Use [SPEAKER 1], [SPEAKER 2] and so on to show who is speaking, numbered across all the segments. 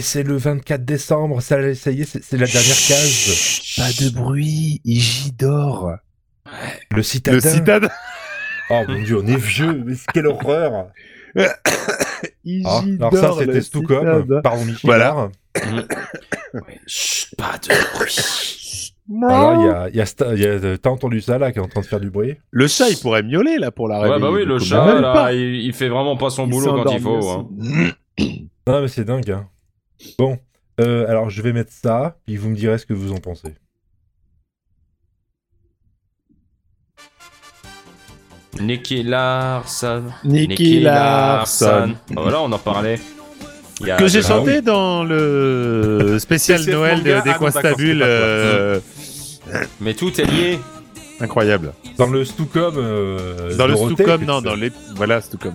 [SPEAKER 1] c'est le 24 décembre, ça, ça y est, c'est c'est la dernière case.
[SPEAKER 2] Pas de bruit, il dort.
[SPEAKER 1] Le
[SPEAKER 2] Le
[SPEAKER 1] citadin.
[SPEAKER 2] citadin.
[SPEAKER 1] Oh mon dieu, on est vieux, mais quelle horreur. Ah,
[SPEAKER 2] Igidor,
[SPEAKER 1] alors ça,
[SPEAKER 2] le
[SPEAKER 1] c'était
[SPEAKER 2] citadin.
[SPEAKER 1] Stucom. Pardon, Michel.
[SPEAKER 2] Voilà.
[SPEAKER 3] Chut, pas de bruit.
[SPEAKER 1] Alors, il y a, il y a Sta- il y a, euh, t'as entendu ça là qui est en train de faire du bruit
[SPEAKER 2] Le chat, il pourrait miauler là pour la
[SPEAKER 3] Ouais,
[SPEAKER 2] réveiller.
[SPEAKER 3] bah oui,
[SPEAKER 2] du
[SPEAKER 3] le
[SPEAKER 2] coup.
[SPEAKER 3] chat,
[SPEAKER 2] Même
[SPEAKER 3] là,
[SPEAKER 2] pas.
[SPEAKER 3] il, il fait vraiment pas son boulot quand il
[SPEAKER 2] s'endormit
[SPEAKER 3] faut.
[SPEAKER 2] aussi.
[SPEAKER 3] hein.
[SPEAKER 1] Non, mais c'est dingue. hein. Bon, euh, alors je vais mettre ça, puis vous me direz ce que vous en pensez.
[SPEAKER 3] Nicky Larson. Oh,
[SPEAKER 2] Nicky Larson.
[SPEAKER 3] Voilà, on en parlait. Il y a
[SPEAKER 2] Que
[SPEAKER 1] Ah
[SPEAKER 2] j'ai
[SPEAKER 3] deux
[SPEAKER 2] chanté dans le spécial
[SPEAKER 3] Spécial
[SPEAKER 2] Noël
[SPEAKER 3] manga.
[SPEAKER 2] de- des
[SPEAKER 3] Ah non,
[SPEAKER 2] Constabules.
[SPEAKER 3] d'accord, c'est pas
[SPEAKER 2] euh,
[SPEAKER 3] ans. Mais tout est lié.
[SPEAKER 2] Incroyable.
[SPEAKER 1] Dans le Stucom. euh,
[SPEAKER 2] Dans le
[SPEAKER 1] Dorothée,
[SPEAKER 2] Stucom,
[SPEAKER 1] c'est-
[SPEAKER 2] non, dans les. Voilà, Stucom.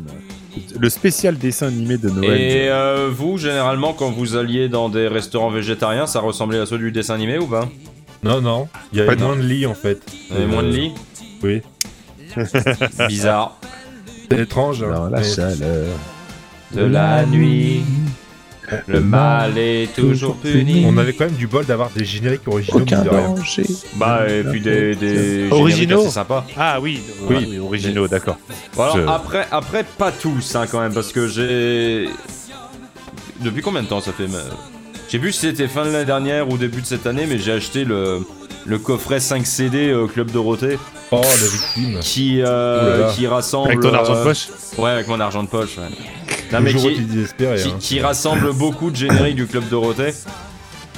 [SPEAKER 2] Le spécial dessin animé de Noël.
[SPEAKER 3] Et euh, vous, généralement, quand vous alliez dans des restaurants végétariens, ça ressemblait à ceux du dessin animé ou pas
[SPEAKER 1] Non, non, il y avait
[SPEAKER 2] Pas de-
[SPEAKER 1] moins de lits en fait.
[SPEAKER 3] Il y avait moins de lits
[SPEAKER 1] oui.
[SPEAKER 3] Bizarre.
[SPEAKER 1] C'est étrange.
[SPEAKER 3] euh,
[SPEAKER 1] hein,
[SPEAKER 2] Dans la
[SPEAKER 1] mais-
[SPEAKER 2] chaleur.
[SPEAKER 3] De la nuit,
[SPEAKER 2] Euh,
[SPEAKER 3] le mal est toujours puni.
[SPEAKER 1] On avait quand même du bol d'avoir des génériques originaux. mine de rien.
[SPEAKER 2] danger.
[SPEAKER 3] Bah, et puis des. des
[SPEAKER 2] Originaux.
[SPEAKER 3] C'est sympa.
[SPEAKER 2] Ah oui,
[SPEAKER 3] Oui.
[SPEAKER 2] oui, oui, originaux, d'accord.
[SPEAKER 3] Bon, alors,
[SPEAKER 2] Je-
[SPEAKER 3] après, après, pas tous hein, quand même, parce que j'ai. Depuis combien de temps ça fait ma- J'ai vu si c'était fin de l'année dernière ou début de cette année, mais j'ai acheté le, le coffret 5 CD euh, Club Dorothée
[SPEAKER 1] Oh, la victime.
[SPEAKER 3] qui, euh,
[SPEAKER 1] Ouh là là.
[SPEAKER 3] qui rassemble.
[SPEAKER 2] Avec ton argent de
[SPEAKER 3] euh,
[SPEAKER 2] poche
[SPEAKER 3] Ouais, avec mon argent de poche. Ouais. Non,
[SPEAKER 1] Le
[SPEAKER 3] mais
[SPEAKER 1] jour où
[SPEAKER 3] qui,
[SPEAKER 1] tu désespérais,
[SPEAKER 3] qui,
[SPEAKER 1] hein.
[SPEAKER 3] qui rassemble beaucoup de génériques du Club Dorothée.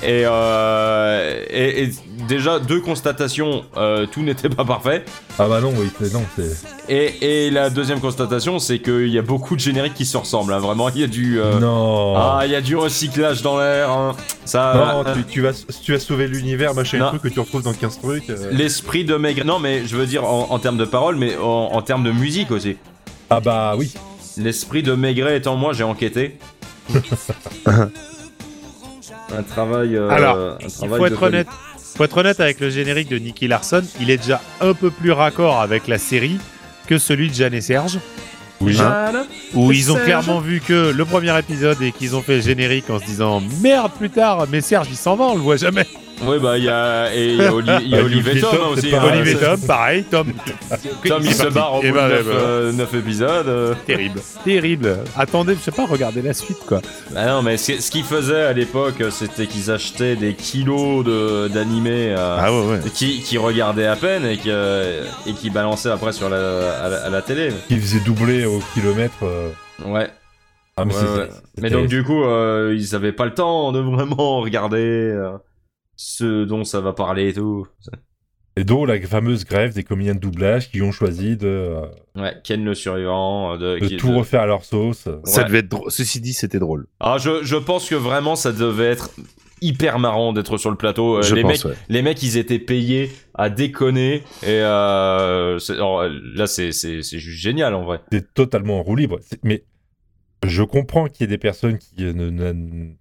[SPEAKER 3] Et, euh, et, et déjà, deux constatations euh, tout n'était pas parfait.
[SPEAKER 1] Ah bah non, oui, c'est non, c'est.
[SPEAKER 3] Et, et la deuxième constatation, c'est qu'il y a beaucoup de génériques qui se ressemblent. hein. Vraiment, il y a du. euh,
[SPEAKER 1] Non.
[SPEAKER 3] Ah, il y a du recyclage dans l'air. hein. Ça.
[SPEAKER 1] non,
[SPEAKER 3] euh,
[SPEAKER 1] tu, tu vas, tu as sauvé l'univers, machin,
[SPEAKER 3] Non.
[SPEAKER 1] un truc que tu retrouves dans 15 trucs. euh.
[SPEAKER 3] L'esprit de Meg. Non, mais je veux dire en, en termes de paroles, mais en, en termes de musique aussi.
[SPEAKER 1] Ah bah oui.
[SPEAKER 3] L'esprit de Maigret étant moi, j'ai enquêté. un travail. euh,
[SPEAKER 2] Alors,
[SPEAKER 3] un
[SPEAKER 2] Il
[SPEAKER 3] travail
[SPEAKER 2] faut
[SPEAKER 3] de
[SPEAKER 2] être honnête. Faut être honnête avec le générique de Nicky Larson, il est déjà un peu plus raccord avec la série que celui de Jeanne et Serge.
[SPEAKER 1] Oui.
[SPEAKER 2] Hein
[SPEAKER 3] Jeanne,
[SPEAKER 2] où ils ont
[SPEAKER 3] Serge.
[SPEAKER 2] clairement vu que le premier épisode et qu'ils ont fait le générique en se disant merde plus tard, mais Serge il s'en va, on le voit jamais.
[SPEAKER 3] Oui, bah, il y a, et il y a, Oli- il y a
[SPEAKER 1] Bah,
[SPEAKER 3] Olivier
[SPEAKER 1] Olivier
[SPEAKER 3] Tom,
[SPEAKER 1] Tom,
[SPEAKER 3] hein,
[SPEAKER 1] c'est
[SPEAKER 3] aussi.
[SPEAKER 1] pas-
[SPEAKER 3] hein.
[SPEAKER 2] Olivier Tom, pareil, Tom,
[SPEAKER 3] Tom, il se barre au bout
[SPEAKER 2] Eh
[SPEAKER 3] de
[SPEAKER 2] ben, ouais,
[SPEAKER 3] 9,
[SPEAKER 2] bah, ouais.
[SPEAKER 3] épisodes. euh.
[SPEAKER 2] terrible, terrible. Attendez, je sais pas, regardez la suite quoi.
[SPEAKER 3] Bah non, mais ce ce qu'ils faisaient à l'époque, c'était qu'ils achetaient des kilos de- d'animés euh,
[SPEAKER 2] ouais, Ah ouais.
[SPEAKER 3] qui, qui regardaient à peine et qui, euh, et qui balançaient après sur la, à, la, à la télé.
[SPEAKER 1] Qui faisait doubler au kilomètre. euh.
[SPEAKER 3] Ouais.
[SPEAKER 1] Ah mais
[SPEAKER 3] Ouais,
[SPEAKER 1] c'est-
[SPEAKER 3] ouais.
[SPEAKER 1] c'est- c'est
[SPEAKER 3] Mais donc,
[SPEAKER 1] terrible.
[SPEAKER 3] du coup, euh, ils avaient pas le temps de vraiment regarder euh, ce dont ça va parler et tout.
[SPEAKER 1] Et donc la fameuse grève des comédiens de doublage qui ont choisi de, euh,
[SPEAKER 3] Ouais, Ken le survivant. euh, De,
[SPEAKER 1] de
[SPEAKER 3] qui-
[SPEAKER 1] tout
[SPEAKER 3] de-
[SPEAKER 1] refaire à leur sauce.
[SPEAKER 2] Ça
[SPEAKER 3] Ouais.
[SPEAKER 2] devait être drôle. Ceci dit, c'était drôle.
[SPEAKER 3] Ah, je, je pense que vraiment, ça devait être hyper marrant d'être sur le plateau. Euh,
[SPEAKER 2] je
[SPEAKER 3] les,
[SPEAKER 2] pense,
[SPEAKER 3] mecs,
[SPEAKER 2] ouais.
[SPEAKER 3] les mecs, ils étaient payés à déconner. Et euh, c'est- alors, là, c'est c'est- c'est juste génial en vrai.
[SPEAKER 1] C'est totalement en roue libre. C'est- Mais je comprends qu'il y ait des personnes qui euh, ne, ne- ne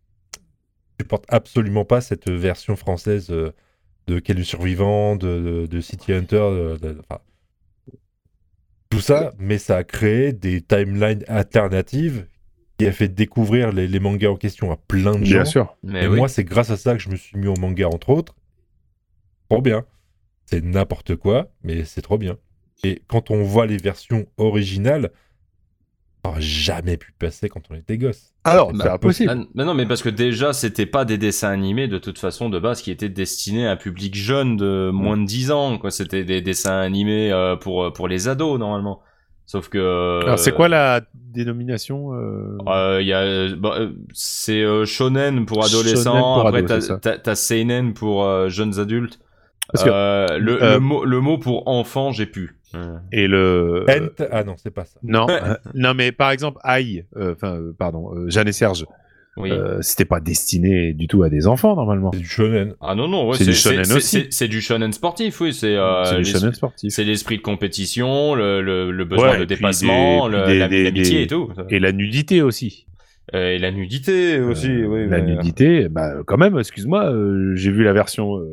[SPEAKER 1] supportent absolument pas cette version française euh, de Quel est le survivant, de, de- de City Hunter, de- de- de- enfin, tout ça, mais ça a créé des timelines alternatives qui a fait découvrir les, les mangas en question à plein de gens.
[SPEAKER 2] sûr.
[SPEAKER 3] Mais
[SPEAKER 1] Et
[SPEAKER 3] Eh oui.
[SPEAKER 1] moi, c'est grâce à ça que je me suis mis au manga, entre autres. Trop bien. C'est n'importe quoi, mais c'est trop bien. Et quand on voit les versions originales, ça aurait jamais pu passer quand on était gosse.
[SPEAKER 2] Alors,
[SPEAKER 1] Bah,
[SPEAKER 2] c'est impossible.
[SPEAKER 3] Ah, mais non, mais parce que déjà, c'était pas des dessins animés de toute façon de base qui étaient destinés à un public jeune de moins de 10 ans. Quoi, c'était des dessins animés euh, pour pour les ados normalement. Sauf que.
[SPEAKER 2] Alors, c'est quoi la dénomination euh,
[SPEAKER 3] Euh, y a, euh, bah, euh, c'est euh, shonen pour adolescents.
[SPEAKER 2] Shonen pour
[SPEAKER 3] après,
[SPEAKER 2] ados,
[SPEAKER 3] t'as-
[SPEAKER 2] c'est ça.
[SPEAKER 3] t'as t'as seinen pour euh, jeunes adultes.
[SPEAKER 2] Parce que-
[SPEAKER 3] Euh, le,
[SPEAKER 2] Euh,
[SPEAKER 3] le mot, le mot pour enfant, j'ai Euh, pu.
[SPEAKER 2] Et le.
[SPEAKER 1] Ent- Ah non, c'est pas ça.
[SPEAKER 2] Non, euh, non, mais par exemple, Aïe, euh, enfin, euh, pardon, euh, Jeanne et Serge,
[SPEAKER 3] Oui.
[SPEAKER 2] euh, c'était pas destiné du tout à des enfants normalement.
[SPEAKER 1] C'est du shonen.
[SPEAKER 3] Ah non non, ouais,
[SPEAKER 2] c'est du shonen
[SPEAKER 3] c'est-
[SPEAKER 2] aussi.
[SPEAKER 3] c'est- C'est du shonen sportif, oui. C'est euh,
[SPEAKER 2] c'est du
[SPEAKER 3] les-
[SPEAKER 2] shonen sportif.
[SPEAKER 3] C'est l'esprit de compétition, le, le- le besoin
[SPEAKER 2] Ouais,
[SPEAKER 3] de
[SPEAKER 2] et puis
[SPEAKER 3] dépassement,
[SPEAKER 2] des-
[SPEAKER 3] le-
[SPEAKER 2] puis des-
[SPEAKER 3] la-
[SPEAKER 2] des-
[SPEAKER 3] l'amitié
[SPEAKER 2] des-
[SPEAKER 3] et tout. Euh,
[SPEAKER 2] Et la nudité aussi.
[SPEAKER 3] Et, la nudité aussi,
[SPEAKER 2] Euh,
[SPEAKER 3] oui.
[SPEAKER 2] La
[SPEAKER 3] mais-
[SPEAKER 2] nudité, bah, quand même, excuse-moi, euh, j'ai vu la version euh,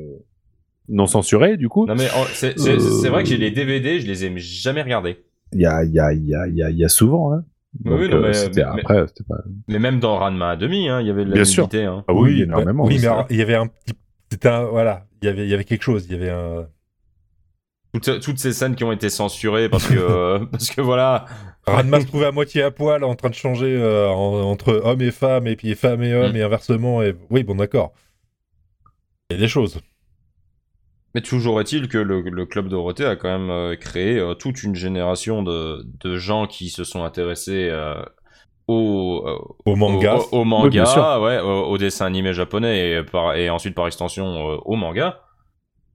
[SPEAKER 2] non censurée, du coup.
[SPEAKER 3] Non mais oh, c'est c'est-
[SPEAKER 2] Euh.
[SPEAKER 3] c'est vrai que j'ai les DVD, je les ai jamais regardés.
[SPEAKER 2] Il y a, il y, a, il y, a, il y a- il y a souvent, hein.
[SPEAKER 4] Donc,
[SPEAKER 3] Oui, non,
[SPEAKER 4] euh,
[SPEAKER 3] mais-
[SPEAKER 4] c'était
[SPEAKER 3] mais-
[SPEAKER 4] après, c'était pas.
[SPEAKER 3] Mais même dans Ranma à demi, hein, il y avait de la
[SPEAKER 2] Bien sûr.
[SPEAKER 3] nudité, hein.
[SPEAKER 4] Ah oui,
[SPEAKER 1] bah,
[SPEAKER 4] énormément.
[SPEAKER 1] oui,
[SPEAKER 4] oui.
[SPEAKER 1] mais
[SPEAKER 3] ça.
[SPEAKER 1] alors, il y avait un petit. C'était un. Voilà. Il y avait, il y avait quelque chose. Il y avait un.
[SPEAKER 3] Toutes, toutes ces scènes qui ont été censurées parce que, euh, parce que voilà.
[SPEAKER 1] Ranma se trouvait à moitié à poil en train de changer euh, en- entre homme et femme, et puis femme et homme,
[SPEAKER 3] Mm.
[SPEAKER 1] et inversement. Et... Oui, bon, d'accord. Il y a des choses.
[SPEAKER 3] Mais toujours est-il que le, le Club Dorothée a quand même euh, créé euh, toute une génération de, de gens qui se sont intéressés euh, au, euh,
[SPEAKER 1] Au manga.
[SPEAKER 3] au, au- au
[SPEAKER 4] Oui, bien
[SPEAKER 3] manga,
[SPEAKER 4] sûr.
[SPEAKER 3] ouais, au, au dessin animé japonais et, par, et ensuite par extension euh, au manga.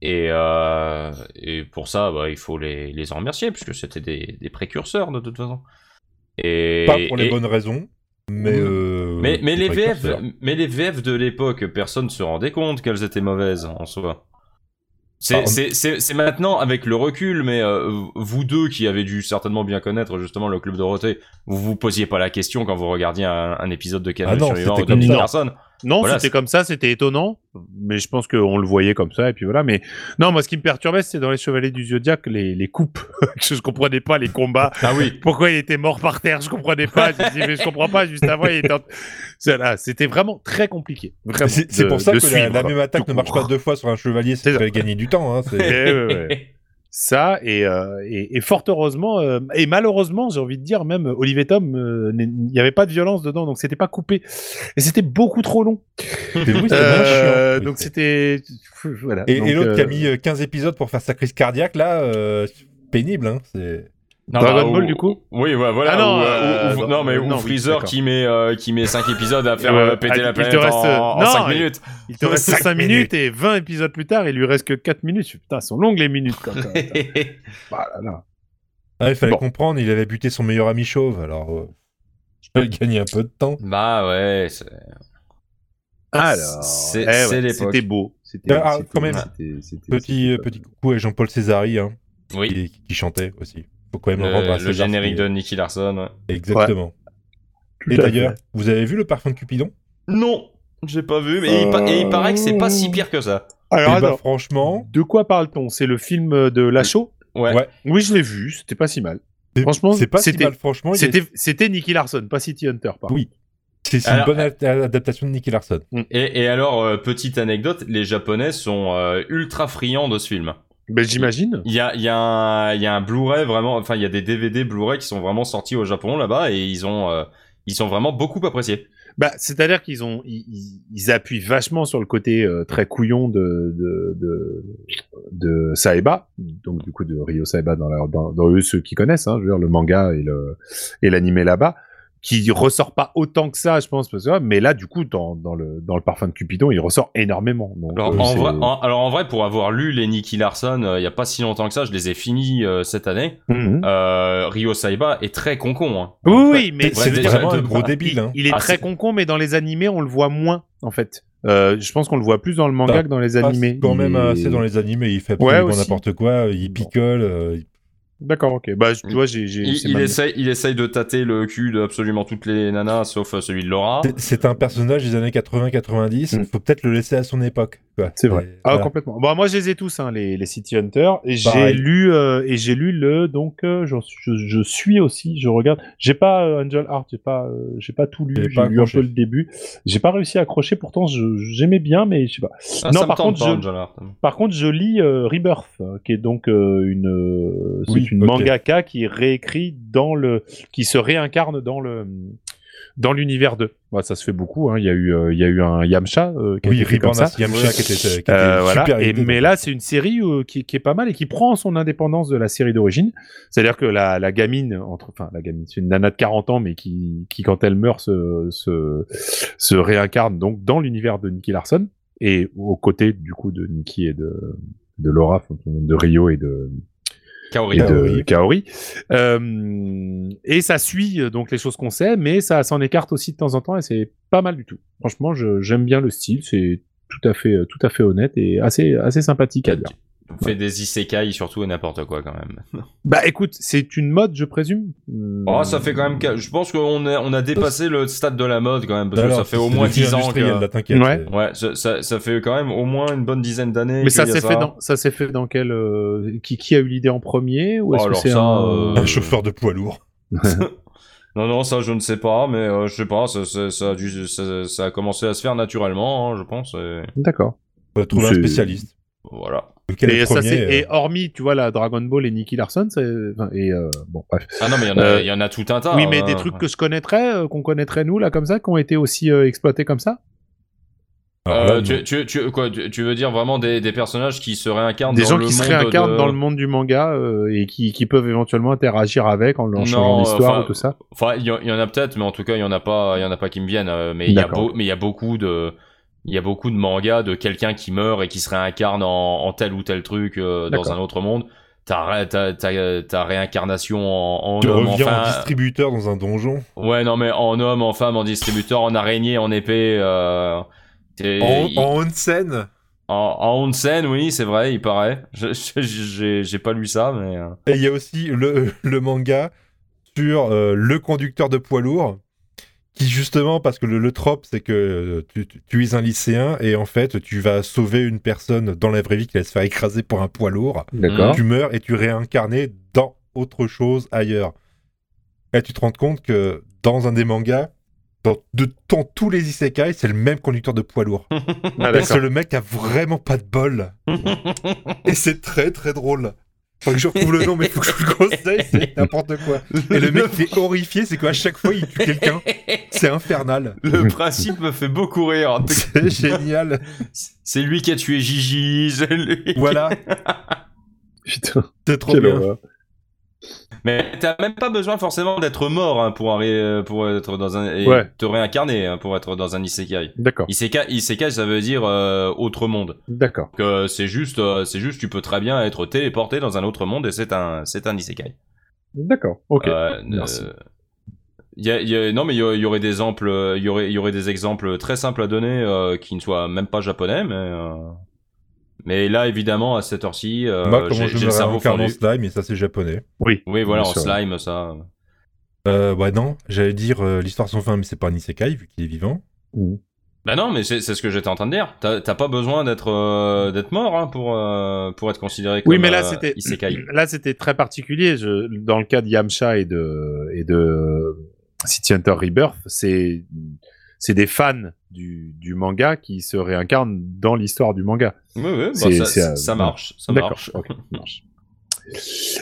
[SPEAKER 3] Et, euh, et pour ça, bah, il faut les, les en remercier puisque c'était des, des précurseurs de toute façon. Et,
[SPEAKER 1] Pas pour les
[SPEAKER 3] et-
[SPEAKER 1] bonnes raisons, mais.
[SPEAKER 3] Mm.
[SPEAKER 2] Mmh,
[SPEAKER 1] euh,
[SPEAKER 3] mais, mais, les VF,
[SPEAKER 1] précurseurs.
[SPEAKER 3] mais les VF de l'époque, personne ne se rendait compte qu'elles étaient mauvaises en soi. C'est-
[SPEAKER 1] Pardon.
[SPEAKER 3] C'est c'est- c'est maintenant avec le recul, mais euh, vous deux qui avez dû certainement bien connaître justement le Club Dorothée, vous vous posiez pas la question quand vous regardiez un, un épisode de Canal
[SPEAKER 1] Ah non,
[SPEAKER 3] Survivant
[SPEAKER 1] c'était
[SPEAKER 3] ou de Nick
[SPEAKER 2] comme ça.
[SPEAKER 3] Larson.
[SPEAKER 2] Non,
[SPEAKER 3] Voilà, c'est-
[SPEAKER 2] c'était comme ça, c'était étonnant, mais je pense qu'on le voyait comme ça, et puis voilà. Mais non, moi, ce qui me perturbait, c'est dans les Chevaliers du Zodiac, les, les coupes. je comprenais pas les combats.
[SPEAKER 3] Ah oui,
[SPEAKER 2] Pourquoi il était mort par terre Je comprenais pas. Je me dis, mais je comprends pas. Juste avant, il était. en- Ça, là, C'était vraiment très compliqué. Vraiment,
[SPEAKER 1] C'est c'est
[SPEAKER 2] de-
[SPEAKER 1] pour ça
[SPEAKER 2] de
[SPEAKER 1] que la,
[SPEAKER 2] suivre,
[SPEAKER 1] la même attaque
[SPEAKER 2] tout
[SPEAKER 1] ne marche
[SPEAKER 2] court.
[SPEAKER 1] pas deux fois sur un chevalier,
[SPEAKER 2] C'est
[SPEAKER 1] ça fait gagner du temps. Hein, c'est-
[SPEAKER 2] Eh, ouais, ouais. Ça et, euh, et, et fort heureusement euh, et malheureusement j'ai envie de dire même euh, Olivier Tom euh, n'est- il n'y avait pas de violence dedans donc c'était pas coupé et c'était beaucoup trop long
[SPEAKER 1] c'est- oui, c'est
[SPEAKER 2] Euh,
[SPEAKER 1] bien chiant.
[SPEAKER 2] donc c'était voilà
[SPEAKER 1] Et,
[SPEAKER 2] Donc,
[SPEAKER 1] et l'autre qui a
[SPEAKER 2] euh,
[SPEAKER 1] mis euh, 15 épisodes pour faire sa crise cardiaque, là, euh, pénible. Hein, c'est-
[SPEAKER 3] Non,
[SPEAKER 2] Dragon
[SPEAKER 3] bah,
[SPEAKER 2] Ball
[SPEAKER 3] ou-
[SPEAKER 2] du coup
[SPEAKER 3] Oui, ouais, voilà.
[SPEAKER 2] Ah non,
[SPEAKER 3] ou, euh,
[SPEAKER 2] euh,
[SPEAKER 3] ou-
[SPEAKER 2] dans-
[SPEAKER 3] non, mais ou
[SPEAKER 2] non, oui,
[SPEAKER 3] Freezer
[SPEAKER 2] d'accord.
[SPEAKER 3] qui met euh, qui met 5 épisodes à faire
[SPEAKER 2] Ouais, ouais.
[SPEAKER 3] euh, péter
[SPEAKER 2] Ah,
[SPEAKER 3] la
[SPEAKER 2] il te
[SPEAKER 3] planète
[SPEAKER 2] reste, euh,
[SPEAKER 3] en,
[SPEAKER 2] non,
[SPEAKER 3] 5
[SPEAKER 2] il-
[SPEAKER 3] minutes.
[SPEAKER 2] il te reste 5
[SPEAKER 1] minutes.
[SPEAKER 2] minutes et 20 épisodes plus tard il lui reste que 4 minutes putain elles sont longues les minutes quoi, quand même.
[SPEAKER 4] Ah là là.
[SPEAKER 1] Ah, il fallait
[SPEAKER 2] Bon.
[SPEAKER 1] comprendre, il avait buté son meilleur ami chauve, alors euh, je peux gagner un peu de temps.
[SPEAKER 3] bah ouais. c'est-
[SPEAKER 4] Alors,
[SPEAKER 3] Ah, c'est
[SPEAKER 2] Eh ouais,
[SPEAKER 3] c'est l'époque.
[SPEAKER 2] c'était beau c'était
[SPEAKER 1] Euh, ah,
[SPEAKER 4] c'était-
[SPEAKER 1] quand même,
[SPEAKER 4] c'était- c'était-
[SPEAKER 1] Petit,
[SPEAKER 4] c'était
[SPEAKER 1] euh,
[SPEAKER 4] pas-
[SPEAKER 1] petit coucou à Jean-Paul Césari, hein,
[SPEAKER 3] Oui.
[SPEAKER 1] qui, qui chantait aussi. Faut quand même le
[SPEAKER 2] bah,
[SPEAKER 1] rendre à
[SPEAKER 3] Le, le
[SPEAKER 1] César,
[SPEAKER 3] générique
[SPEAKER 1] qui-
[SPEAKER 3] de Nicky Larson. ouais.
[SPEAKER 1] Exactement.
[SPEAKER 4] Tout
[SPEAKER 1] Et
[SPEAKER 4] à fait.
[SPEAKER 1] d'ailleurs, vous avez vu le parfum de Cupidon
[SPEAKER 3] Non, j'ai pas vu, mais il, pa- et
[SPEAKER 2] Euh,
[SPEAKER 3] il paraît que c'est pas si pire que ça.
[SPEAKER 2] Ah, alors
[SPEAKER 1] Eh ben,
[SPEAKER 2] attends,
[SPEAKER 1] franchement,
[SPEAKER 2] de quoi parle-t-on c'est le film de Lachaud
[SPEAKER 3] Ouais.
[SPEAKER 1] Ouais.
[SPEAKER 2] oui je l'ai vu c'était pas si mal
[SPEAKER 1] c'est-
[SPEAKER 2] Franchement,
[SPEAKER 1] c'est pas si
[SPEAKER 2] c'était-
[SPEAKER 1] mal. Franchement, il y a-
[SPEAKER 2] C'était, c'était Nicky Larson, pas City Hunter, par
[SPEAKER 1] Oui. c'est c'est une
[SPEAKER 3] Alors-
[SPEAKER 1] bonne a- adaptation de Nicky Larson.
[SPEAKER 3] Et, et alors, euh, petite anecdote, les Japonais sont euh, ultra friands de ce film.
[SPEAKER 2] Ben, j'imagine.
[SPEAKER 3] Il y a, il y a un, il y a un Blu-ray vraiment, enfin, il y a des DVD Blu-ray qui sont vraiment sortis au Japon là-bas et ils ont, euh, ils sont vraiment beaucoup appréciés.
[SPEAKER 2] Bah, c'est-à-dire qu'ils ont, ils, ils- ils appuient vachement sur le côté euh, très couillon de, de, de, de Saeba, donc du coup de Ryo Saeba dans, leur- dans, dans eux, ceux qui connaissent, hein, je veux dire, le manga et, le, et l'animé là-bas, qui ressort pas autant que ça, je pense, parce que, ah, mais là, du coup, dans, dans, le, dans le parfum de Cupidon, il ressort énormément. Donc,
[SPEAKER 3] Alors,
[SPEAKER 2] euh,
[SPEAKER 3] en
[SPEAKER 2] c'est-
[SPEAKER 3] vrai, en- alors, en vrai, pour avoir lu les Nicky Larson euh, il y a pas si longtemps que ça, je les ai finis euh, cette année.
[SPEAKER 2] Mhm.
[SPEAKER 3] Euh, Ryo Saiba est très concon. Hein.
[SPEAKER 2] Oui, oui, mais
[SPEAKER 1] C'est
[SPEAKER 3] Ouais,
[SPEAKER 1] vraiment
[SPEAKER 3] déjà,
[SPEAKER 1] un
[SPEAKER 3] de-
[SPEAKER 1] gros
[SPEAKER 3] bah,
[SPEAKER 1] débile. hein.
[SPEAKER 2] Il est
[SPEAKER 3] Ah,
[SPEAKER 2] très
[SPEAKER 3] c'est-
[SPEAKER 2] concon, mais dans les animés, on le voit moins, en fait. Euh, je pense qu'on le voit plus dans le manga
[SPEAKER 1] Ah,
[SPEAKER 2] que dans les
[SPEAKER 1] Ah,
[SPEAKER 2] animés.
[SPEAKER 1] c'est quand
[SPEAKER 2] Il
[SPEAKER 1] même
[SPEAKER 2] est-
[SPEAKER 1] assez dans les animés. Il fait
[SPEAKER 2] Ouais,
[SPEAKER 1] absolument
[SPEAKER 2] aussi.
[SPEAKER 1] n'importe quoi. Il picole. euh, il-
[SPEAKER 2] D'accord, ok. Bah, je- tu
[SPEAKER 3] Il-
[SPEAKER 2] vois, j'ai. j'ai-
[SPEAKER 3] Mm. Il,
[SPEAKER 2] c'est
[SPEAKER 3] il
[SPEAKER 2] ma-
[SPEAKER 3] essaye, il essaye de tâter le cul de absolument toutes les nanas, sauf euh, celui de Laura.
[SPEAKER 2] Oh.
[SPEAKER 1] c'est- C'est un personnage des années 80-90.
[SPEAKER 4] Mm.
[SPEAKER 1] Faut peut-être le laisser à son époque. quoi.
[SPEAKER 2] C'est vrai.
[SPEAKER 1] Et
[SPEAKER 2] Ah,
[SPEAKER 1] voilà.
[SPEAKER 2] complètement. Bon, moi, je les ai tous, hein, les, les City Hunter. Et j'ai
[SPEAKER 1] Pareil.
[SPEAKER 2] lu, euh, et j'ai lu le. Donc, euh, j'en suis- je, je suis aussi, je regarde. J'ai pas euh, Angel Heart, j'ai pas, euh, j'ai pas tout
[SPEAKER 1] J'ai
[SPEAKER 2] lu. J'ai
[SPEAKER 1] pas
[SPEAKER 2] lu un
[SPEAKER 1] accroché.
[SPEAKER 2] peu le début. J'ai pas réussi à accrocher. Pourtant, je- j'aimais bien, mais je sais pas.
[SPEAKER 3] Ah,
[SPEAKER 2] non,
[SPEAKER 3] ça me
[SPEAKER 2] par
[SPEAKER 3] tente
[SPEAKER 2] contre,
[SPEAKER 3] pas,
[SPEAKER 2] je-
[SPEAKER 3] John Hart.
[SPEAKER 2] Par contre, je lis euh, Rebirth, euh, qui est donc euh, une, euh, c'est
[SPEAKER 1] Oui,
[SPEAKER 2] une
[SPEAKER 1] ok.
[SPEAKER 2] mangaka qui réécrit dans le, qui se réincarne dans le, dans l'univers 2. Bah, ça se fait beaucoup. hein. Il y a eu, euh, il y a eu un Yamcha euh, qui a
[SPEAKER 1] Oui,
[SPEAKER 2] été fait comme
[SPEAKER 1] Reborn
[SPEAKER 2] ça.
[SPEAKER 1] as Yamcha qui était, qui était
[SPEAKER 2] Euh, voilà.
[SPEAKER 1] super
[SPEAKER 2] Et-
[SPEAKER 1] aidé.
[SPEAKER 2] mais là, c'est une série euh, qui, qui est pas mal et qui prend son indépendance de la série d'origine. C'est-à-dire que la, la gamine, entre, enfin la gamine, c'est une nana de 40 ans, mais qui, qui quand elle meurt, se, se, se réincarne donc dans l'univers de Nicky Larson et aux côtés du coup de Nicky et de, de Laura, enfin, de Rio et de,
[SPEAKER 3] Kaori.
[SPEAKER 2] et de
[SPEAKER 1] Kaori.
[SPEAKER 2] Kaori. Euh, et ça suit euh, donc les choses qu'on sait, mais ça s'en écarte aussi de temps en temps et c'est pas mal du tout. Franchement, je- j'aime bien le style, c'est tout à fait, euh, tout à fait honnête et assez, assez sympathique à lire.
[SPEAKER 3] On fait des isekai surtout et n'importe quoi quand même.
[SPEAKER 2] Bah écoute, c'est une mode, je présume. Hmm.
[SPEAKER 3] Oh, ça fait quand même. que- Je pense qu'on a, on a dépassé le stade de la mode quand même, parce
[SPEAKER 1] Alors,
[SPEAKER 3] que ça fait au
[SPEAKER 1] c'est
[SPEAKER 3] moins
[SPEAKER 1] devenu
[SPEAKER 3] 10 ans
[SPEAKER 1] industriel,
[SPEAKER 3] que.
[SPEAKER 1] là, t'inquiète.
[SPEAKER 2] Ouais.
[SPEAKER 3] Ouais, ça, ça, ça fait quand même au moins une bonne dizaine d'années.
[SPEAKER 2] Mais
[SPEAKER 3] qu'il
[SPEAKER 2] ça
[SPEAKER 3] y a
[SPEAKER 2] s'est fait dans, ça s'est fait dans quel, euh, qui, qui a eu l'idée en premier ou est-ce
[SPEAKER 3] Oh,
[SPEAKER 2] que
[SPEAKER 3] alors
[SPEAKER 2] c'est
[SPEAKER 3] ça,
[SPEAKER 2] un...
[SPEAKER 3] euh,
[SPEAKER 1] Un chauffeur de poids lourd.
[SPEAKER 3] Non, non, ça, je ne sais pas, mais euh, je sais pas, ça, ça, ça a dû- ça- ça a commencé à se faire naturellement, hein, je pense. et
[SPEAKER 2] D'accord.
[SPEAKER 1] Faut trouver un
[SPEAKER 2] C'est-
[SPEAKER 1] spécialiste.
[SPEAKER 3] Voilà.
[SPEAKER 1] Lequel est
[SPEAKER 2] et
[SPEAKER 1] le
[SPEAKER 2] ça,
[SPEAKER 1] premier,
[SPEAKER 2] c'est-
[SPEAKER 1] euh,
[SPEAKER 2] et hormis, tu vois, la Dragon Ball et Nicky Larson, c'est. enfin, Et euh, bon, bref.
[SPEAKER 3] Ah non, mais il y, en a-
[SPEAKER 2] Euh,
[SPEAKER 3] il y en a tout un tas.
[SPEAKER 2] oui, mais
[SPEAKER 3] hein.
[SPEAKER 2] des trucs que je connaîtrais, euh, qu'on connaîtrait nous, là, comme ça, qui ont été aussi euh, exploités comme ça
[SPEAKER 1] alors là,
[SPEAKER 3] Euh,
[SPEAKER 1] non.
[SPEAKER 3] tu, tu, tu, quoi, tu, tu veux dire vraiment des, des personnages qui se réincarnent
[SPEAKER 2] Des
[SPEAKER 3] dans
[SPEAKER 2] gens
[SPEAKER 3] le
[SPEAKER 2] qui se
[SPEAKER 3] monde
[SPEAKER 2] réincarnent
[SPEAKER 3] de-
[SPEAKER 2] dans le monde du manga euh, et qui, qui peuvent éventuellement interagir avec en, en
[SPEAKER 3] Non,
[SPEAKER 2] changeant l'histoire
[SPEAKER 3] enfin,
[SPEAKER 2] ou tout ça
[SPEAKER 3] Enfin, il y, en- il y en a peut-être, mais en tout cas, il y en a pas, il y en a pas qui me viennent. euh, Mais il y a
[SPEAKER 2] D'accord.
[SPEAKER 3] beau- mais il y a beaucoup de, il y a beaucoup de mangas de quelqu'un qui meurt et qui se réincarne en, en tel ou tel truc euh, dans
[SPEAKER 2] D'accord.
[SPEAKER 3] un autre monde. T'as ré- t'as- t'as- ta réincarnation en, en
[SPEAKER 1] Tu
[SPEAKER 3] homme, en
[SPEAKER 1] reviens en
[SPEAKER 3] femme-
[SPEAKER 1] distributeur dans un donjon.
[SPEAKER 3] ouais, non mais en homme, en femme, en distributeur, en araignée, en épée. Euh, t'es- il-
[SPEAKER 1] onsen
[SPEAKER 3] en- en onsen, oui, c'est vrai, il paraît. Je- je- J'ai j'ai pas lu ça, mais. euh,
[SPEAKER 1] Et il y a aussi le, le manga sur euh, le conducteur de poids lourd, qui justement, parce que le, le trope, c'est que euh, tu, tu- tu es un lycéen et en fait, tu vas sauver une personne dans la vraie vie qui va se faire écraser pour un poids lourd.
[SPEAKER 2] Hein
[SPEAKER 3] D'accord.
[SPEAKER 1] Tu meurs et tu réincarnes dans autre chose ailleurs. Et tu te rends compte que dans un des mangas, dans, de, dans tous les isekai, c'est le même conducteur de poids lourd.
[SPEAKER 2] Ah,
[SPEAKER 1] Parce que
[SPEAKER 2] d'accord.
[SPEAKER 1] le mec a vraiment pas de bol. et c'est très très drôle. Faut que je retrouve le nom, mais faut que je vous le conseille, c'est n'importe quoi. Et le mec qui est horrifié, c'est qu'à chaque fois il tue quelqu'un. C'est infernal.
[SPEAKER 3] Le principe me fait beaucoup rire.
[SPEAKER 1] C'est génial.
[SPEAKER 3] C'est lui qui a tué Gigi, c'est lui.
[SPEAKER 1] Voilà,
[SPEAKER 2] Putain,
[SPEAKER 1] c'est trop
[SPEAKER 2] quelle
[SPEAKER 1] bien.
[SPEAKER 2] horreur.
[SPEAKER 3] Mais t'as même pas besoin forcément d'être mort hein, pour, arri- euh, pour être dans un et
[SPEAKER 2] Ouais.
[SPEAKER 3] te réincarner hein, pour être dans un isekai.
[SPEAKER 2] D'accord,
[SPEAKER 3] Isekai, isekai ça veut dire euh, autre monde.
[SPEAKER 2] d'accord.
[SPEAKER 3] Donc, euh, c'est juste euh, c'est juste tu peux très bien être téléporté dans un autre monde et c'est un c'est un isekai.
[SPEAKER 2] D'accord, ok.
[SPEAKER 3] Euh,
[SPEAKER 2] Merci.
[SPEAKER 3] euh, y a- y a- non mais il y, a- y aurait des exemples euh, y aurait y aurait des exemples très simples à donner euh, qui ne soient même pas japonais mais euh, mais là évidemment à cette heure-ci euh,
[SPEAKER 1] Moi, comment
[SPEAKER 3] j'ai
[SPEAKER 1] je
[SPEAKER 3] j'ai
[SPEAKER 1] me
[SPEAKER 3] le cerveau
[SPEAKER 1] réincarne en
[SPEAKER 3] fondu.
[SPEAKER 1] slime, et ça c'est japonais.
[SPEAKER 2] Oui,
[SPEAKER 3] Oui voilà
[SPEAKER 2] Bien
[SPEAKER 3] en
[SPEAKER 2] sûr.
[SPEAKER 3] slime ça.
[SPEAKER 1] Euh, ouais, non, j'allais dire euh, l'histoire sans fin, mais c'est pas un isekai vu qu'il est vivant.
[SPEAKER 3] Bah non, mais c'est c'est ce que j'étais en train de dire. T'as t'as pas besoin d'être euh, d'être mort hein, pour euh, pour être considéré comme
[SPEAKER 2] Oui, mais là,
[SPEAKER 3] euh,
[SPEAKER 2] c'était
[SPEAKER 3] isekai.
[SPEAKER 2] là c'était très particulier. Je- dans le cas de Yamcha et de et de City Hunter Rebirth, c'est c'est des fans du, du manga qui se réincarnent dans l'histoire du manga.
[SPEAKER 3] Oui, oui, bah,
[SPEAKER 2] C'est-
[SPEAKER 3] ça,
[SPEAKER 2] c'est, euh,
[SPEAKER 3] ça marche, ça
[SPEAKER 2] D'accord,
[SPEAKER 3] marche.
[SPEAKER 2] ok, ça marche.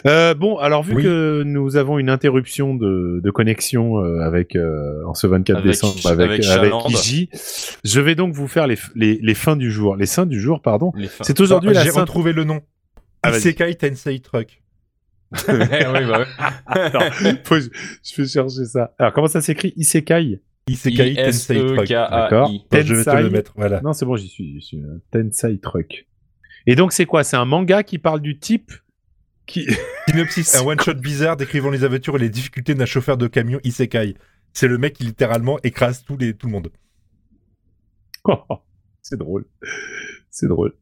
[SPEAKER 2] Euh, bon, alors vu
[SPEAKER 1] Oui.
[SPEAKER 2] que nous avons une interruption de, de connexion euh, avec euh, en ce 24
[SPEAKER 3] Avec
[SPEAKER 2] décembre
[SPEAKER 3] Ch-
[SPEAKER 2] avec
[SPEAKER 3] avec
[SPEAKER 2] avec,
[SPEAKER 3] Chaland.
[SPEAKER 2] Iji, je vais donc vous faire les, f- les, les fins du jour, les saints du jour, pardon.
[SPEAKER 3] Les fins.
[SPEAKER 2] C'est aujourd'hui
[SPEAKER 1] Ah,
[SPEAKER 2] la
[SPEAKER 1] J'ai
[SPEAKER 2] sainte.
[SPEAKER 1] retrouvé le nom.
[SPEAKER 2] Ah, vas-y.
[SPEAKER 1] Isekai Tensei Truck.
[SPEAKER 3] Eh oui, bah,
[SPEAKER 2] Attends, faut que je, je vais chercher ça. Alors, comment ça s'écrit Isekai
[SPEAKER 1] Isekai Tensei
[SPEAKER 3] E
[SPEAKER 1] Truck.
[SPEAKER 2] D'accord.
[SPEAKER 3] I-S-E-K-A-I.
[SPEAKER 1] Ah, Attends, Je vais te
[SPEAKER 2] Tensei.
[SPEAKER 1] le mettre, voilà.
[SPEAKER 2] Non, c'est bon, j'y suis, j'y suis. euh, Tensai Truck. Et donc, c'est quoi C'est un manga qui parle du type qui.
[SPEAKER 1] Synopsis, un one-shot bizarre décrivant les aventures et les difficultés d'un chauffeur de camion Isekai. C'est le mec qui littéralement écrase tout, les, tout le monde.
[SPEAKER 2] c'est drôle. C'est drôle.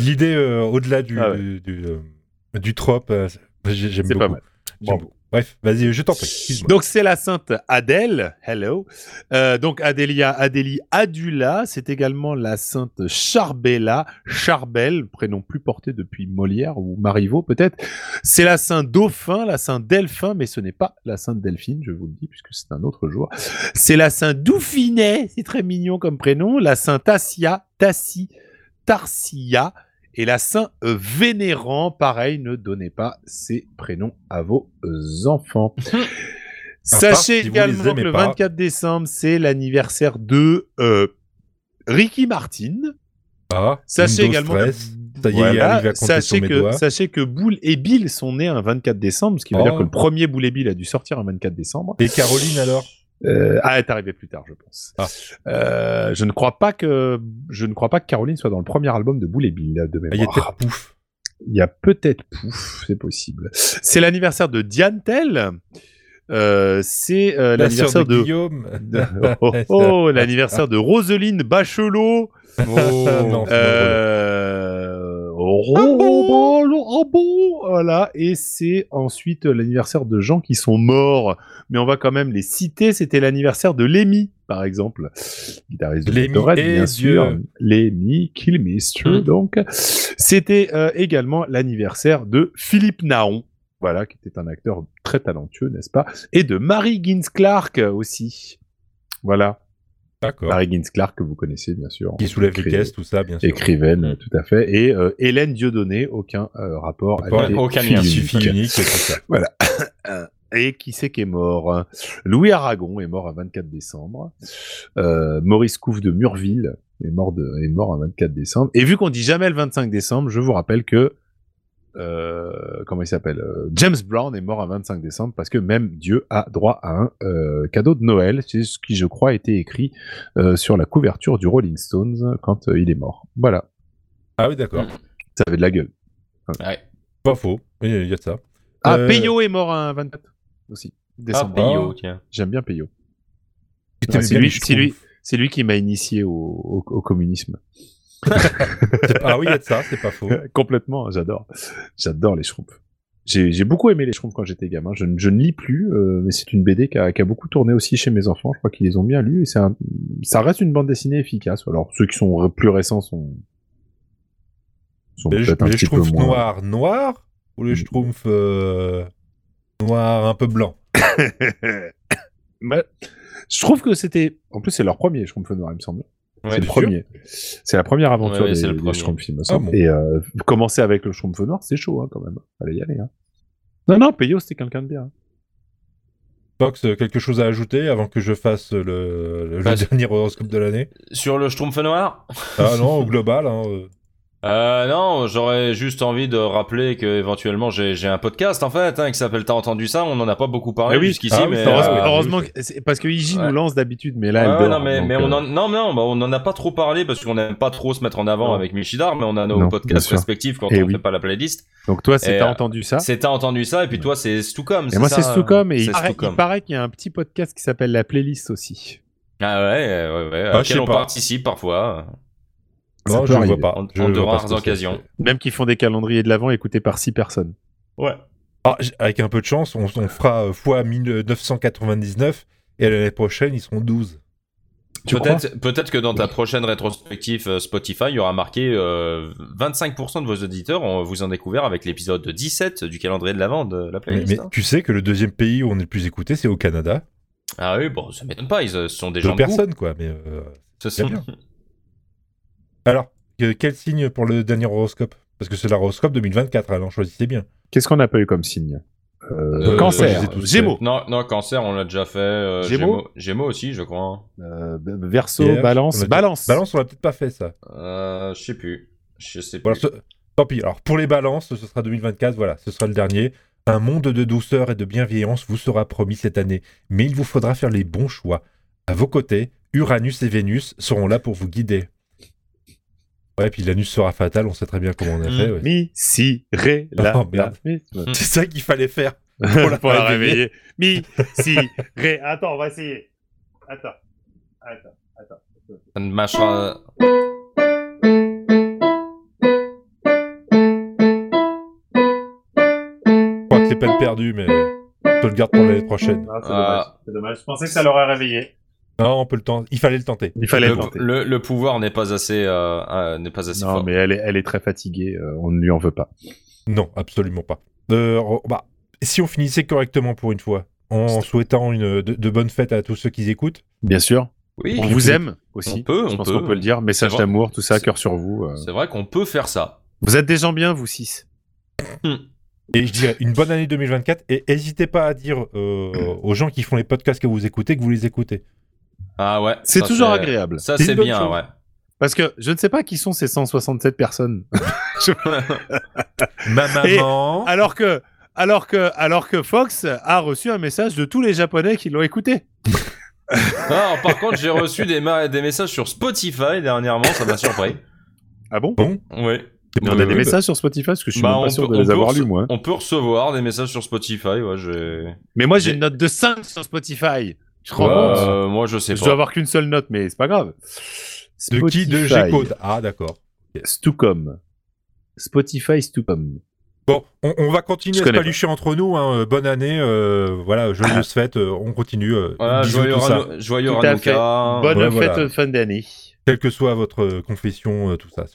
[SPEAKER 1] L'idée, euh, au-delà du,
[SPEAKER 2] Ah ouais.
[SPEAKER 1] du, du, euh, du trope, euh, j'ai- j'aime
[SPEAKER 2] C'est
[SPEAKER 1] beaucoup.
[SPEAKER 2] pas mal.
[SPEAKER 1] J'aime
[SPEAKER 2] Bravo.
[SPEAKER 1] beaucoup. Bref, vas-y, je t'en prie. excuse-moi.
[SPEAKER 2] Donc c'est la sainte Adèle, hello. Euh, donc Adélia, Adélie Adula, c'est également la sainte Charbella, Charbel, prénom plus porté depuis Molière ou Marivaux peut-être. C'est la sainte Dauphin, la sainte Delphin, mais ce n'est pas la sainte Delphine, je vous le dis, puisque c'est un autre jour. C'est la sainte Dauphinet, c'est très mignon comme prénom, la sainte Tassia, Tassi, Tarsia. Et la Saint euh, Vénérant, pareil, ne donnez pas ces prénoms à vos euh, enfants.
[SPEAKER 1] À part si
[SPEAKER 2] Sachez
[SPEAKER 1] vous
[SPEAKER 2] également
[SPEAKER 1] les aimez
[SPEAKER 2] que le
[SPEAKER 1] pas.
[SPEAKER 2] 24 décembre, c'est l'anniversaire de euh, Ricky Martin.
[SPEAKER 1] Ah,
[SPEAKER 2] Sachez
[SPEAKER 1] Windows
[SPEAKER 2] également.
[SPEAKER 1] 13, ça y est,
[SPEAKER 2] Voilà.
[SPEAKER 1] il arrive à compter
[SPEAKER 2] sachez,
[SPEAKER 1] sur mes
[SPEAKER 2] que,
[SPEAKER 1] doigts.
[SPEAKER 2] sachez que Boule et Bill sont nés un 24 décembre, ce qui veut
[SPEAKER 1] Oh.
[SPEAKER 2] dire que le premier Boule et Bill a dû sortir un 24 décembre.
[SPEAKER 1] Et Caroline alors
[SPEAKER 2] Euh, ah, elle est arrivée plus tard, je pense.
[SPEAKER 1] Ah.
[SPEAKER 2] Euh, je ne crois pas que je ne crois pas que Caroline soit dans le premier album de Boule et Bill de
[SPEAKER 1] Ah, Il y a
[SPEAKER 2] mémoire.
[SPEAKER 1] peut-être pouf.
[SPEAKER 2] Il y a peut-être pouf, c'est possible. C'est l'anniversaire de Diane Tell. Euh, c'est euh,
[SPEAKER 1] La sœur
[SPEAKER 2] l'anniversaire
[SPEAKER 1] de
[SPEAKER 2] de.
[SPEAKER 1] Guillaume.
[SPEAKER 2] Oh, oh, l'anniversaire de Roseline Bachelot.
[SPEAKER 1] non, c'est pas drôle.
[SPEAKER 2] Euh, oh, oh, bon, voilà. Et c'est ensuite euh, l'anniversaire de gens qui sont morts. Mais on va quand même les citer. C'était l'anniversaire de Lémi, par exemple. Guitariste de
[SPEAKER 1] Lemmy
[SPEAKER 2] Motorhead,
[SPEAKER 1] et
[SPEAKER 2] bien sûr.
[SPEAKER 1] Dieu.
[SPEAKER 2] Lémi Kilmister,
[SPEAKER 3] Mm.
[SPEAKER 2] donc. C'était euh, également l'anniversaire de Philippe Naon. voilà, qui était un acteur très talentueux, n'est-ce pas Et de Mary Gins Clark euh, aussi. Voilà,
[SPEAKER 1] D'accord.
[SPEAKER 2] Mary Gins Clark que vous connaissez bien sûr.
[SPEAKER 1] Qui soulève les
[SPEAKER 2] Écri-
[SPEAKER 1] caisses, tout ça, bien sûr.
[SPEAKER 2] Écrivaine, euh, tout à fait. Et euh, Hélène Dieudonné, aucun euh, rapport
[SPEAKER 1] Rapport,
[SPEAKER 2] avec
[SPEAKER 3] aucun
[SPEAKER 2] Fille
[SPEAKER 3] lien.
[SPEAKER 1] Il
[SPEAKER 2] unique.
[SPEAKER 1] suffit unique, c'est ça.
[SPEAKER 2] Et qui c'est qui est mort Louis Aragon est mort à 24 décembre. Euh, Maurice Couve de Murville est mort, de, est mort à 24 décembre. Et vu qu'on dit jamais le 25 décembre, je vous rappelle que... euh, comment il s'appelle Euh, James Brown est mort à 25 décembre parce que même Dieu a droit à un euh, cadeau de Noël. C'est ce qui, je crois, a été écrit euh, sur la couverture du Rolling Stones quand euh, il est mort. Voilà,
[SPEAKER 1] Ah oui, d'accord.
[SPEAKER 2] ça avait de la gueule.
[SPEAKER 3] Ouais.
[SPEAKER 1] Pas faux. Oui, Il y a de ça.
[SPEAKER 2] Ah,
[SPEAKER 1] Euh,
[SPEAKER 2] Peyo est mort à 24 aussi.
[SPEAKER 3] Ah,
[SPEAKER 2] Décembre.
[SPEAKER 3] Peyo, tiens.
[SPEAKER 2] J'aime bien Peyo.
[SPEAKER 1] C'était
[SPEAKER 2] Ah, c'est
[SPEAKER 1] bien,
[SPEAKER 2] lui-
[SPEAKER 1] je
[SPEAKER 2] c'est lui.
[SPEAKER 1] trouve.
[SPEAKER 2] C'est lui qui m'a initié au, au- au communisme.
[SPEAKER 1] C'est- Ah oui, il y a de ça, c'est pas faux.
[SPEAKER 2] Complètement, j'adore. J'adore les Schtroumpfs. J'ai j'ai beaucoup aimé les Schtroumpfs quand j'étais gamin. Je, ne- je ne lis plus, euh, mais c'est une BD qui a, qui a beaucoup tourné aussi chez mes enfants. Je crois qu'ils les ont bien lus. Et c'est un- ça reste une bande dessinée efficace. Alors, ceux qui sont plus récents sont, sont
[SPEAKER 1] Les,
[SPEAKER 2] peut-être un
[SPEAKER 1] les
[SPEAKER 2] petit peu
[SPEAKER 1] schtroumpfs
[SPEAKER 2] moins...
[SPEAKER 1] noirs, noirs ou les
[SPEAKER 2] Mm.
[SPEAKER 1] schtroumpfs euh, noirs un peu blancs
[SPEAKER 2] Ouais. je trouve que c'était... En plus, c'est leur premier Schtroumpf noir, il me semble.
[SPEAKER 3] Ouais,
[SPEAKER 2] c'est le
[SPEAKER 3] tu-
[SPEAKER 2] premier. C'est la première aventure
[SPEAKER 3] Ouais, ouais,
[SPEAKER 2] des,
[SPEAKER 3] c'est le
[SPEAKER 2] des
[SPEAKER 3] premier.
[SPEAKER 2] Schtroumpfs, il me
[SPEAKER 3] Ah
[SPEAKER 2] semble.
[SPEAKER 1] bon.
[SPEAKER 2] Et euh, commencer avec le Schtroumpf noir, c'est chaud hein, quand même. Fallait y aller. hein. Non, non, Peyo, c'était quelqu'un de bien. hein.
[SPEAKER 1] Fox, euh, quelque chose à ajouter avant que je fasse le, le
[SPEAKER 3] Bah,
[SPEAKER 1] dernier horoscope de l'année
[SPEAKER 3] Sur le Schtroumpf noir
[SPEAKER 1] Ah non, au global. hein, euh.
[SPEAKER 3] Euh, non, j'aurais juste envie de rappeler que éventuellement j'ai j'ai un podcast en fait hein, qui s'appelle T'as entendu ça On n'en a pas beaucoup parlé
[SPEAKER 2] Ah oui.
[SPEAKER 3] jusqu'ici,
[SPEAKER 1] Ah oui, c'est
[SPEAKER 3] mais
[SPEAKER 1] vrai,
[SPEAKER 2] heureusement,
[SPEAKER 1] oui.
[SPEAKER 2] heureusement que- c'est- parce que Iji
[SPEAKER 3] Euh, Ouais.
[SPEAKER 2] nous lance d'habitude, mais là,
[SPEAKER 3] Ouais,
[SPEAKER 2] elle
[SPEAKER 3] ouais,
[SPEAKER 2] dort,
[SPEAKER 3] non, mais,
[SPEAKER 2] donc,
[SPEAKER 3] mais on
[SPEAKER 2] euh,
[SPEAKER 3] en, non, mais non, bah, on n'en a pas trop parlé parce qu'on n'aime pas trop se mettre en avant
[SPEAKER 2] Non.
[SPEAKER 3] avec Michidar, mais on a nos
[SPEAKER 2] Non, bien
[SPEAKER 3] podcasts
[SPEAKER 2] sûr.
[SPEAKER 3] respectifs quand
[SPEAKER 2] Eh
[SPEAKER 3] on
[SPEAKER 2] oui.
[SPEAKER 3] fait pas la playlist.
[SPEAKER 2] Donc toi, c'est
[SPEAKER 3] Et,
[SPEAKER 2] t'as
[SPEAKER 3] euh,
[SPEAKER 2] entendu ça
[SPEAKER 3] C'est t'as entendu ça, et puis toi c'est Stucom.
[SPEAKER 2] Et moi,
[SPEAKER 3] ça,
[SPEAKER 2] c'est Stucom, et
[SPEAKER 3] c'est
[SPEAKER 2] il paraît,
[SPEAKER 3] Stucom.
[SPEAKER 2] il paraît qu'il y a un petit podcast qui s'appelle La Playlist aussi.
[SPEAKER 3] Ah ouais, ouais, ouais,
[SPEAKER 1] Ah, je
[SPEAKER 3] auquel
[SPEAKER 1] sais
[SPEAKER 3] on
[SPEAKER 1] pas.
[SPEAKER 3] participe parfois.
[SPEAKER 2] Ça
[SPEAKER 1] Non,
[SPEAKER 2] peut
[SPEAKER 1] je ne
[SPEAKER 2] arriver.
[SPEAKER 1] vois pas.
[SPEAKER 3] En-
[SPEAKER 1] Je
[SPEAKER 3] en de
[SPEAKER 1] vois pas
[SPEAKER 3] rares
[SPEAKER 1] ce que c'est.
[SPEAKER 3] occasions.
[SPEAKER 2] Même qui font des calendriers de l'avant écoutés par six personnes.
[SPEAKER 3] Ouais.
[SPEAKER 1] Ah, j- avec un peu de chance, on, on fera euh, x 1999 et l'année prochaine, ils seront 12.
[SPEAKER 2] Tu
[SPEAKER 3] Peut-être peut que dans ta prochaine rétrospective euh, Spotify, il y aura marqué euh, 25% de vos auditeurs ont, vous en découvert avec l'épisode 17 du calendrier de l'avant de la
[SPEAKER 1] Mais,
[SPEAKER 3] playlist.
[SPEAKER 1] mais
[SPEAKER 3] hein.
[SPEAKER 1] tu sais que le deuxième pays où on est le plus écouté, c'est au Canada.
[SPEAKER 3] Ah oui, bon, ça m'étonne pas, ils euh, ce sont des gens
[SPEAKER 1] Deux
[SPEAKER 3] de goût.
[SPEAKER 1] personnes, quoi. Mais euh,
[SPEAKER 3] Ce
[SPEAKER 1] c'est
[SPEAKER 3] sont-
[SPEAKER 1] bien. Alors, que- quel signe pour le dernier horoscope Parce que c'est l'horoscope 2024, alors choisissez bien.
[SPEAKER 2] Qu'est-ce qu'on n'a pas eu comme signe Euh,
[SPEAKER 3] Euh,
[SPEAKER 2] Cancer,
[SPEAKER 1] je les ai tous
[SPEAKER 2] Gémeaux,
[SPEAKER 3] Non, non, cancer, on l'a déjà fait. euh,
[SPEAKER 2] Gémeaux
[SPEAKER 3] Gémeaux Gémeaux aussi, je crois. hein.
[SPEAKER 2] euh, Verseau,
[SPEAKER 1] Vierge, on a
[SPEAKER 2] Balance,
[SPEAKER 1] dit-
[SPEAKER 2] Balance.
[SPEAKER 1] Balance, on l'a peut-être pas fait, ça.
[SPEAKER 3] Euh, je sais plus. Je sais
[SPEAKER 1] Voilà,
[SPEAKER 3] plus.
[SPEAKER 1] ce- Tant pis. Alors, pour les balances, ce sera 2024. Voilà, ce sera le dernier. Un monde de douceur et de bienveillance vous sera promis cette année, mais il vous faudra faire les bons choix. À vos côtés, Uranus et Vénus seront là pour vous guider. Ouais, puis l'anus sera fatal, on sait très bien comment on a
[SPEAKER 3] Mm.
[SPEAKER 1] fait. ouais.
[SPEAKER 2] Mi, si, ré, la,
[SPEAKER 1] Oh, merde.
[SPEAKER 2] la, mi.
[SPEAKER 3] Hmm.
[SPEAKER 1] C'est ça qu'il fallait faire.
[SPEAKER 2] pour la,
[SPEAKER 1] Pour la
[SPEAKER 2] réveiller. Mi, si, ré. Attends, on va essayer. Attends. Attends.
[SPEAKER 3] Ça ne marchera.
[SPEAKER 1] Je crois que c'est peine perdue, mais je te le garde pour l'année prochaine.
[SPEAKER 2] Non, c'est
[SPEAKER 3] Ah.
[SPEAKER 2] dommage. C'est dommage. Je pensais que ça l'aurait réveillé.
[SPEAKER 1] Non, on peut le temps. Il fallait le tenter.
[SPEAKER 2] Il fallait
[SPEAKER 3] Le,
[SPEAKER 2] le tenter.
[SPEAKER 3] le- le pouvoir n'est pas assez, euh, euh, n'est pas assez
[SPEAKER 2] Non,
[SPEAKER 3] fort.
[SPEAKER 2] mais elle est, elle est très fatiguée. euh, on ne lui en veut pas.
[SPEAKER 1] Non, absolument pas. Euh, re- bah, si on finissait correctement pour une fois, en souhaitant une, de, de bonnes fêtes à tous ceux qui écoutent.
[SPEAKER 2] Bien sûr.
[SPEAKER 3] Oui,
[SPEAKER 2] On vous aime aussi.
[SPEAKER 3] On peut,
[SPEAKER 2] Je
[SPEAKER 3] on
[SPEAKER 2] pense
[SPEAKER 3] peut.
[SPEAKER 2] qu'on peut le dire. Message
[SPEAKER 3] C'est vrai.
[SPEAKER 2] d'amour, tout ça,
[SPEAKER 3] C'est-
[SPEAKER 2] cœur sur vous. euh.
[SPEAKER 3] c'est vrai qu'on peut faire ça.
[SPEAKER 2] Vous êtes des gens bien, vous six.
[SPEAKER 1] Et je dirais une bonne année 2024. Et n'hésitez pas à dire euh, aux gens qui font les podcasts que vous écoutez que vous les écoutez.
[SPEAKER 3] Ah ouais.
[SPEAKER 2] C'est
[SPEAKER 3] ça,
[SPEAKER 2] toujours agréable.
[SPEAKER 3] Ça,
[SPEAKER 1] C'est une
[SPEAKER 3] c'est
[SPEAKER 1] bonne
[SPEAKER 3] bien,
[SPEAKER 1] chose.
[SPEAKER 3] ouais.
[SPEAKER 2] Parce que je ne sais pas qui sont ces 167 personnes.
[SPEAKER 1] Ma maman.
[SPEAKER 2] Alors que, alors que, alors que Fox a reçu un message de tous les Japonais qui l'ont écouté.
[SPEAKER 3] Alors, par contre, j'ai reçu des, ma- des messages sur Spotify dernièrement, ça m'a surpris.
[SPEAKER 2] Ah bon
[SPEAKER 1] Bon,
[SPEAKER 3] Oui.
[SPEAKER 1] on
[SPEAKER 2] On a
[SPEAKER 3] Oui,
[SPEAKER 2] des
[SPEAKER 3] oui.
[SPEAKER 2] messages sur Spotify parce que je suis
[SPEAKER 3] Bah,
[SPEAKER 2] même pas
[SPEAKER 3] on
[SPEAKER 2] sûr
[SPEAKER 3] peut-
[SPEAKER 2] de
[SPEAKER 3] on
[SPEAKER 2] les
[SPEAKER 3] peut
[SPEAKER 2] avoir
[SPEAKER 3] rece-
[SPEAKER 2] lus moi. hein.
[SPEAKER 3] On peut recevoir des messages sur Spotify, ouais, j'ai.
[SPEAKER 2] Mais moi j'ai
[SPEAKER 3] J'ai-
[SPEAKER 2] une note de 5 sur Spotify. Je te rends compte
[SPEAKER 3] Euh, moi, je sais
[SPEAKER 2] Je
[SPEAKER 3] pas.
[SPEAKER 2] dois avoir qu'une seule note, mais c'est pas grave.
[SPEAKER 1] de qui De
[SPEAKER 2] Spotify.
[SPEAKER 1] G-Code. Ah, d'accord.
[SPEAKER 2] Stucom. Spotify Stucom.
[SPEAKER 1] Bon, on, on va continuer
[SPEAKER 2] Je
[SPEAKER 1] à se
[SPEAKER 2] connais
[SPEAKER 1] palucher entre nous. hein. Bonne année. euh, voilà, joyeuse fête. euh, on continue. euh,
[SPEAKER 3] Voilà,
[SPEAKER 1] bisous,
[SPEAKER 3] joyeux
[SPEAKER 1] tout ça.
[SPEAKER 3] Hanu- joyeux
[SPEAKER 2] Tout à
[SPEAKER 3] Hanouka.
[SPEAKER 2] Bonne
[SPEAKER 1] Ouais,
[SPEAKER 2] fête
[SPEAKER 1] voilà.
[SPEAKER 2] de fin d'année.
[SPEAKER 1] Quelle que soit votre euh, confession, euh, tout ça.